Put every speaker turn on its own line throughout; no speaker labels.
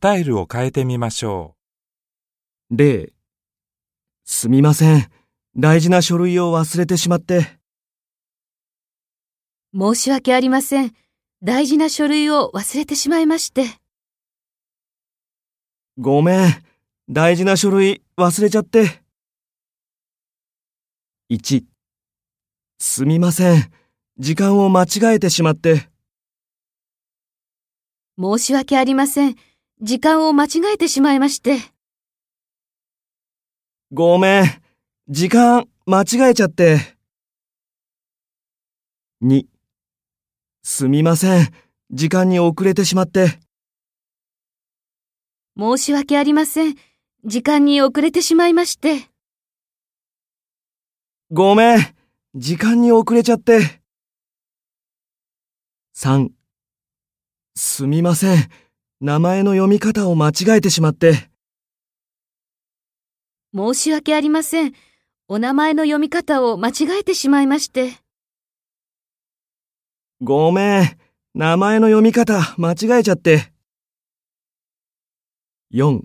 タイルを変えてみましょ
例すみません。大事な書類を忘れてしまって。
申し訳ありません。大事な書類を忘れてしまいまして。
ごめん。大事な書類忘れちゃって。1すみません。時間を間違えてしまって。
申し訳ありません。時間を間違えてしまいまして。
ごめん。時間間違えちゃって。2すみません。時間に遅れてしまって。
申し訳ありません。時間に遅れてしまいまして。
ごめん。時間に遅れちゃって。3すみません。名前の読み方を間違えてしまって。
申し訳ありません。お名前の読み方を間違えてしまいまして。
ごめん。名前の読み方間違えちゃって。4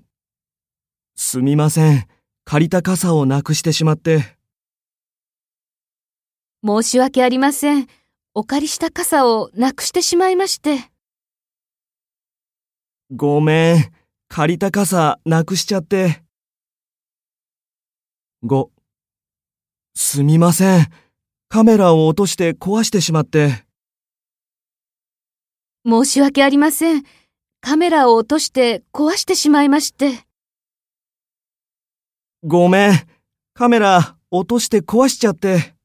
すみません。借りた傘をなくしてしまって。
申し訳ありません。お借りした傘をなくしてしまいまして。
ごめん。借りた傘なくしちゃって。5すみません。カメラを落として壊してしまって。
申し訳ありません。カメラを落として壊してしまいまして。
ごめん。カメラ落として壊しちゃって。